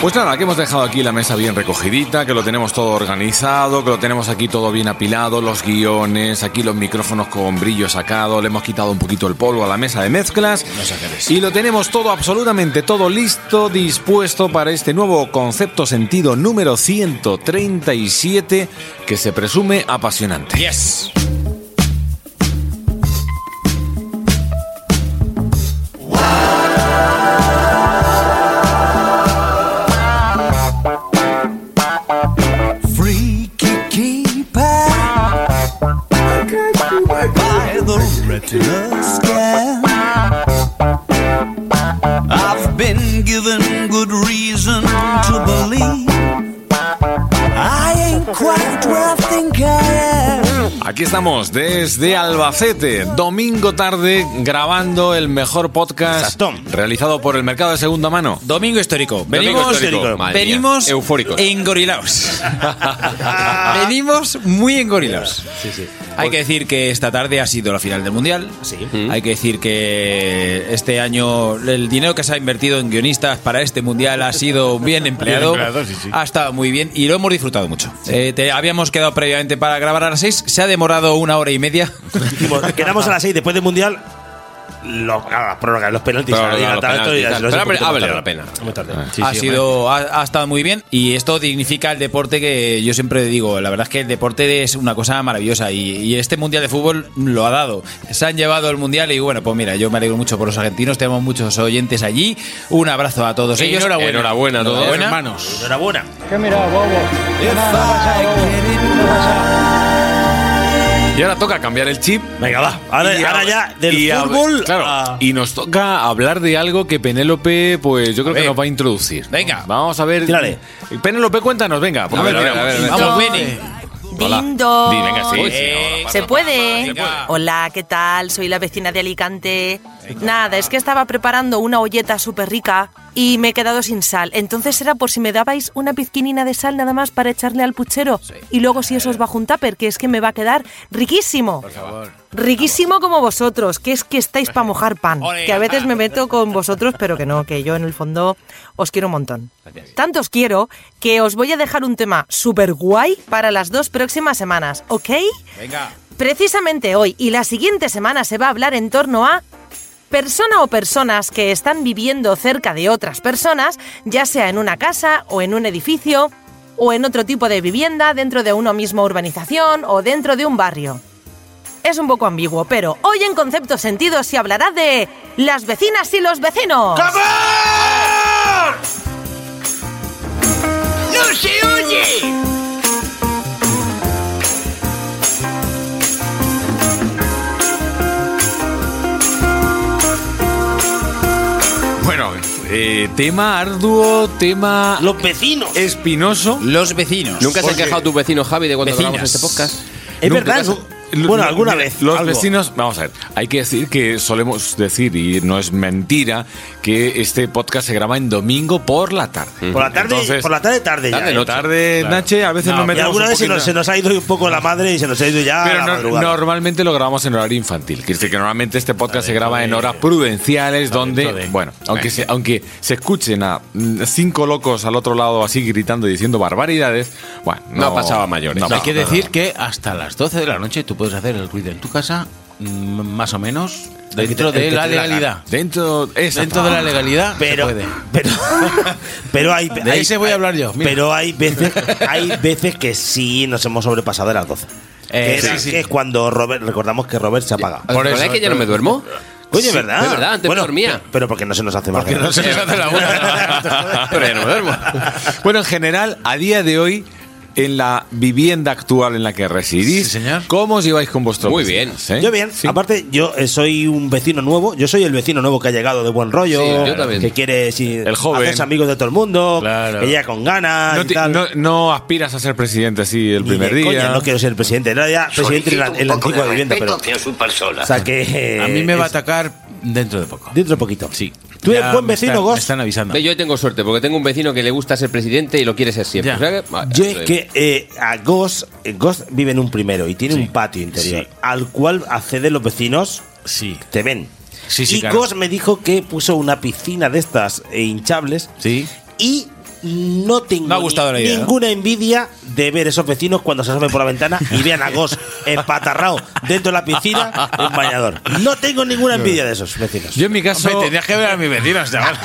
Pues nada, que hemos dejado aquí la mesa bien recogidita, que lo tenemos todo organizado, que lo tenemos aquí todo bien apilado, los guiones, aquí los micrófonos con brillo sacado, le hemos quitado un poquito el polvo a la mesa de mezclas. y lo tenemos todo, absolutamente todo listo, dispuesto para este nuevo concepto sentido número 137 que se presume apasionante. Yes. Freaky keeper by the retina scan. I've been given good reason to believe I ain't quite where I think I am. Aquí estamos desde Albacete, domingo tarde, grabando el mejor podcast Exacto. realizado por el mercado de segunda mano. Domingo histórico. Venimos, histórico. Madre mía. venimos Eufóricos. engorilados. venimos muy engorilados. Hay que decir que esta tarde ha sido la final del mundial. Mm. Hay que decir que este año el dinero que se ha invertido en guionistas para este mundial ha sido bien empleado. Ha estado muy bien y lo hemos disfrutado mucho. Eh, te- habíamos quedado previamente para grabar a las 6. Se ha demorado una hora y media. Dijimos, quedamos a las 6 después del Mundial. ah, Los, a las prórrogas, los penaltis. Prórroga, a la liga, los tal, esto penaltis, ya tal. lo Pero sé, ha- un poquito ha más valido tarde. la pena. Muy tarde. ha sido ha, ha estado muy bien y esto dignifica el deporte que yo siempre digo la verdad es que el deporte es una cosa maravillosa y, y este mundial de fútbol lo ha dado se han llevado el mundial y bueno pues mira yo me alegro mucho por los argentinos tenemos muchos oyentes allí un abrazo a todos ellos Enhorabuena. Enhorabuena a todos. hermanos Enhorabuena. If I get it Y ahora toca cambiar el chip. Venga, va. Ahora, Y ahora ya del y a- fútbol. claro, a- y nos toca hablar de algo que Penélope, pues yo creo que ver. nos va a introducir. Venga. Vamos a ver. Tírale. Penélope, cuéntanos, venga. porque A ver, lo a ver, tiramos. a ver, a Vamos. ver. Vamos, Hola. Dindo. Di, venga, sí, Uy, sí, eh, no, ¿Se puede? Venga. Hola, ¿qué tal? Soy la vecina de Alicante. Nada, es que estaba preparando una olleta súper rica y me he quedado sin sal. Entonces era por si me dabais una pizquinina de sal nada más para echarle al puchero. Y luego si eso os bajo un tupper, que es que me va a quedar riquísimo. Riquísimo como vosotros, que es que estáis para mojar pan. Ole, Que a veces ajá. me meto con vosotros, pero que no, que yo en el fondo os quiero un montón. Tanto os quiero que os voy a dejar un tema súper guay para las dos próximas semanas, ¿ok? venga Precisamente hoy y la siguiente semana se va a hablar en torno a persona o personas que están viviendo cerca de otras personas, ya sea en una casa o en un edificio o en otro tipo de vivienda dentro de una misma urbanización o dentro de un barrio. Es un poco ambiguo, pero hoy en Concepto Sentido se hablará de las vecinas y los vecinos. Bueno, eh, tema arduo, tema los vecinos. espinoso. los vecinos ¿Nunca se han quejado tus vecinos, Javi, de cuando Vecinas. grabamos este podcast? es Nunca verdad. pasa. no- bueno, alguna Mira, vez. Los algo. vecinos, vamos a ver, hay que decir que solemos decir, y no es mentira, que este podcast se graba en domingo por la tarde. Por la tarde, Entonces, por la tarde, tarde ya. tarde, ¿eh? no, tarde, Nache, a veces No, nos Y metemos. alguna un vez se poquito- nos, se nos ha ido un poco la madre y se nos ha ido ya a pero la no- madrugada. normalmente lo grabamos en horario infantil. Quiere decir que normalmente este podcast se graba en horas prudenciales, donde, bueno, aunque se, aunque se escuchen a mm, cinco locos al otro lado así gritando y diciendo barbaridades, bueno, no, ha pasado a mayores. no Hay Hay pasa que nada. decir que hasta las 12 de la noche tú puedes hacer el ruido en tu casa, mm, más o menos, dentro de la legalidad. Dentro, esa- Dentro de la legalidad pero, se puede. pero, pero hay. De ahí hay- se voy a hablar yo. mira. Pero hay veces, hay veces que sí nos hemos sobrepasado de las 12. Eh, que, era- sí, sí. que es cuando Robert, recordamos que Robert se apaga. ¿Os acordáis que yo no me duermo? Coño, Sí, ¿verdad? de verdad, antes me dormía. pe- Pero porque no se nos hace más grande. se nos hace la una. Pero ya no me duermo. Bueno, en general, a día de hoy, en la vivienda actual en la que residís, Sí, señor. ¿cómo os lleváis con vuestros Muy vecinos, eh? Yo bien, Sí. aparte yo eh, soy un vecino nuevo, yo soy el vecino nuevo que ha llegado de buen rollo, Sí, yo también. que quiere si, El joven. hacerse amigos de todo el mundo, Claro. que llega con ganas No, y ti- tal. no- no aspiras a ser presidente así el Ni primer de día. coña, no quiero ser presidente, era ya presidente en la, en la antigua vivienda, pero hacia su persona. o sea que A mí me va a es- atacar dentro de poco. dentro de poquito. Sí. Tú Ya eres buen me vecino, están- Gos. Me están avisando. Ve, Yo tengo suerte porque tengo un vecino que le gusta ser presidente y lo quiere ser siempre. Ya. O sea que- vale, Yo eso es que eh, a Ghost, eh, Ghost vive en un primero y tiene un patio interior Sí. al cual acceden los vecinos, Sí. te ven. Sí, sí, y claro. Ghost me dijo que puso una piscina de estas eh, hinchables Sí. y no tengo Me ha gustado la idea, ninguna envidia de ver esos vecinos cuando se asomen por la ventana y vean a Ghost empatarrado dentro de la piscina en bañador. No tengo ninguna envidia de esos vecinos. Yo en mi caso, Hombre, tendrías que ver a mis vecinos, chaval.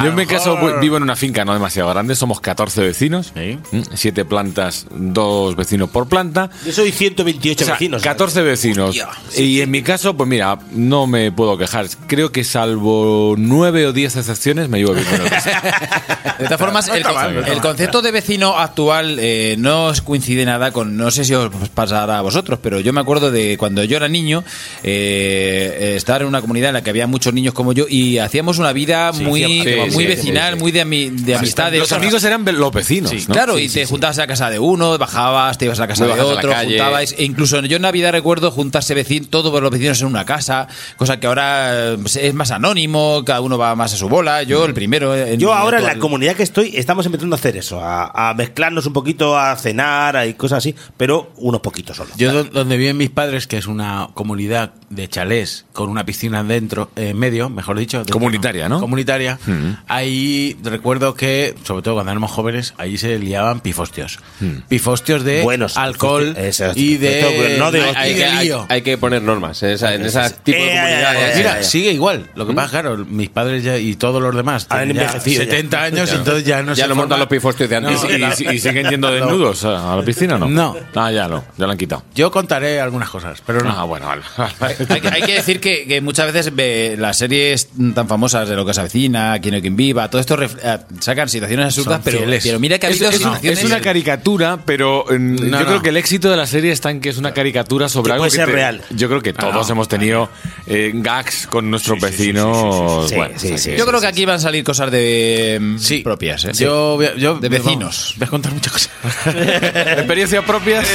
yo en mi caso voy- vivo en una finca no demasiado grande, somos 14 vecinos, Sí. 7 plantas, 2 vecinos por planta. Yo soy 128 O sea, vecinos. ¿eh? 14 vecinos. y en mi caso, pues mira, no me puedo quejar. Creo que salvo 9 o 10 excepciones me llevo bien con el resto. De todas formas, el, está mal, no está el mal. concepto de vecino actual eh, no os coincide nada con, no sé si os pasará a vosotros, pero yo me acuerdo de cuando yo era niño, eh, estar en una comunidad en la que había muchos niños como yo y hacíamos una vida muy, hacíamos- muy sí, vecinal, sí, sí. muy de, ami- de amistades. Los amigos eran ve- los vecinos. Sí, ¿no? claro, Sí, y sí, te sí. juntabas a la casa de uno, bajabas, te ibas a la casa Luego de bajas a la otro, calle. juntabais. E incluso yo en Navidad recuerdo juntarse vecino, todos los vecinos en una casa, cosa que ahora eh, es más anónimo, cada uno va más a su bola. Yo, Mm. el primero. en Yo mi ahora en la actual- comunidad que estoy estamos empezando a hacer eso, a, a mezclarnos un poquito, a cenar y cosas así, pero unos poquitos solo. Yo do- donde viven mis padres, que es una comunidad de chalés con una piscina dentro, en medio, mejor dicho. dentro, Comunitaria, ¿no? Comunitaria. Mm. Ahí recuerdo que, sobre todo cuando éramos jóvenes, ahí se liaban pifostios. Mm. Pifostios de Buenos alcohol pifostios. Eso, y de, pero no de y Hay, de que, hay, lío. hay que poner normas en ese en esa tipo de Eh, eh, comunidades. eh, Mira, ya, ya. sigue igual. Lo que ¿Mm? pasa, claro, mis padres ya, y todos los demás Han tienen ya envejecido ya. 70 años, entonces ya no Ya se no montan forma- los pifostios de antes. No, ¿Y, y- y siguen yendo desnudos a la piscina o no? No. Ah, ya no, ya lo han quitado. Yo contaré algunas cosas, pero no. Ah, bueno, vale. hay, que- hay que decir que, que muchas veces ve las series tan famosas de Lo que se avecina, Quién o quien viva, todo esto ref- eh, sacan situaciones absurdas, pero, fieles. pero mira que ha Es, habido es- situaciones- es una caricatura, pero eh, yo no. creo que el éxito de la serie está en que es una caricatura sobre Que algo puede que ser te- real. Yo creo que Ah, todos hemos tenido eh, gags con nuestros vecinos. sí, sí, sí, sí, sí, Bueno, sí, o sea sí, que- Yo creo que aquí van a salir cosas de mm, Sí. propias, ¿eh? Yo, voy a- yo- De vamos, vecinos. Voy a contar muchas cosas. Experiencias propias.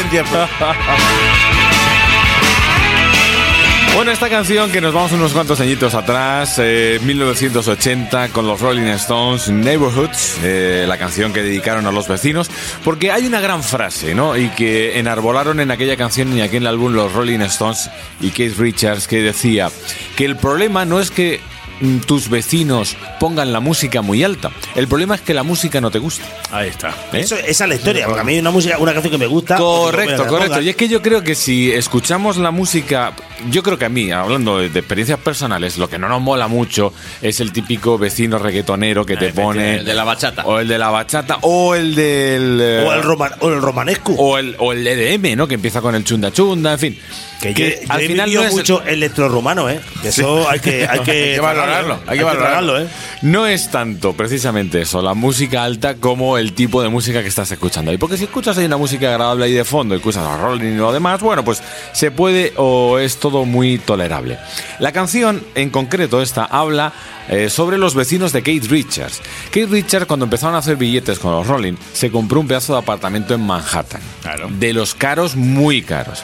Bueno, esta canción que nos vamos unos cuantos añitos atrás, eh, 1980, con los Rolling Stones, Neighborhoods, eh, la canción que dedicaron a los vecinos, porque hay una gran frase, ¿no? Y que enarbolaron en aquella canción y aquí en el álbum los Rolling Stones y Keith Richards, que decía que el problema no es que mm, tus vecinos pongan la música muy alta, el problema es que la música no te gusta. Ahí está. ¿eh? Eso- esa es la historia, porque a mí una música, una canción que me gusta. Correcto, otra que me correcto. ponga. Y es que yo creo que si escuchamos la música, yo creo que a mí, hablando de, de experiencias personales, lo que no nos mola mucho es el típico vecino reggaetonero que te pone. el de la bachata. O el de la bachata, o el del. eh, o, el roman, o el romanesco. o el, o el EDM, ¿no? Que empieza con el chunda chunda, en fin. que yo, yo he no vivido es- mucho electrorromano, ¿eh? Que Eso hay que, hay que, Hay que valorarlo, hay que valorarlo. tragarlo, ¿eh? No es tanto precisamente eso, la música alta como el tipo de música que estás escuchando. Y porque si escuchas ahí una música agradable ahí de fondo, y escuchas a Rolling y lo demás, bueno, pues se puede o es todo muy tolerable. La canción en concreto esta habla eh, sobre los vecinos de Kate Richards. Kate Richards cuando empezaron a hacer billetes con los Rolling se compró un pedazo de apartamento en Manhattan. Claro. De los caros, muy caros.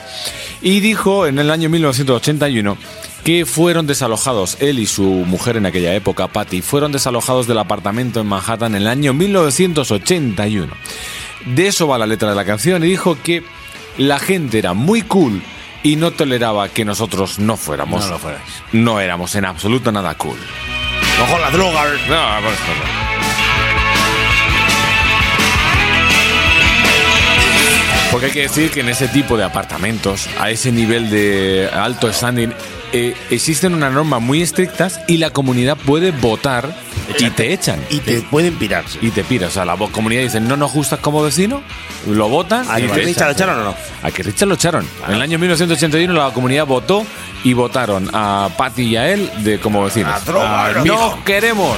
Y dijo en el año 1981 que fueron desalojados, él y su mujer en aquella época, Patty, fueron desalojados del apartamento en Manhattan en el año 1981. De eso va la letra de la canción y dijo que la gente era muy cool y no toleraba que nosotros no fuéramos. No lo fuerais. No éramos en absoluto nada cool. Ojo, la droga. No, por eso no. Porque hay que decir que en ese tipo de apartamentos, a ese nivel de alto standing, eh, existen unas normas muy estrictas y la comunidad puede votar y te echan. Y te pueden pirar. sí. Y te piras. O sea, la vo- comunidad dice, no nos gustas como vecino, lo votan. ¿A y que te Richard lo echan. echaron o no? A que Richard lo echaron. En el año 1981 la comunidad votó y votaron a Patty y a él de como vecinos. A droga, Ah, a droga. ¡No queremos!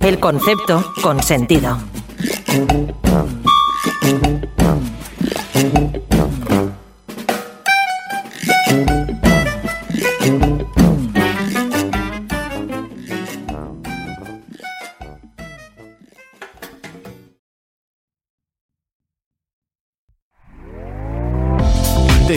El concepto con sentido. ¿Te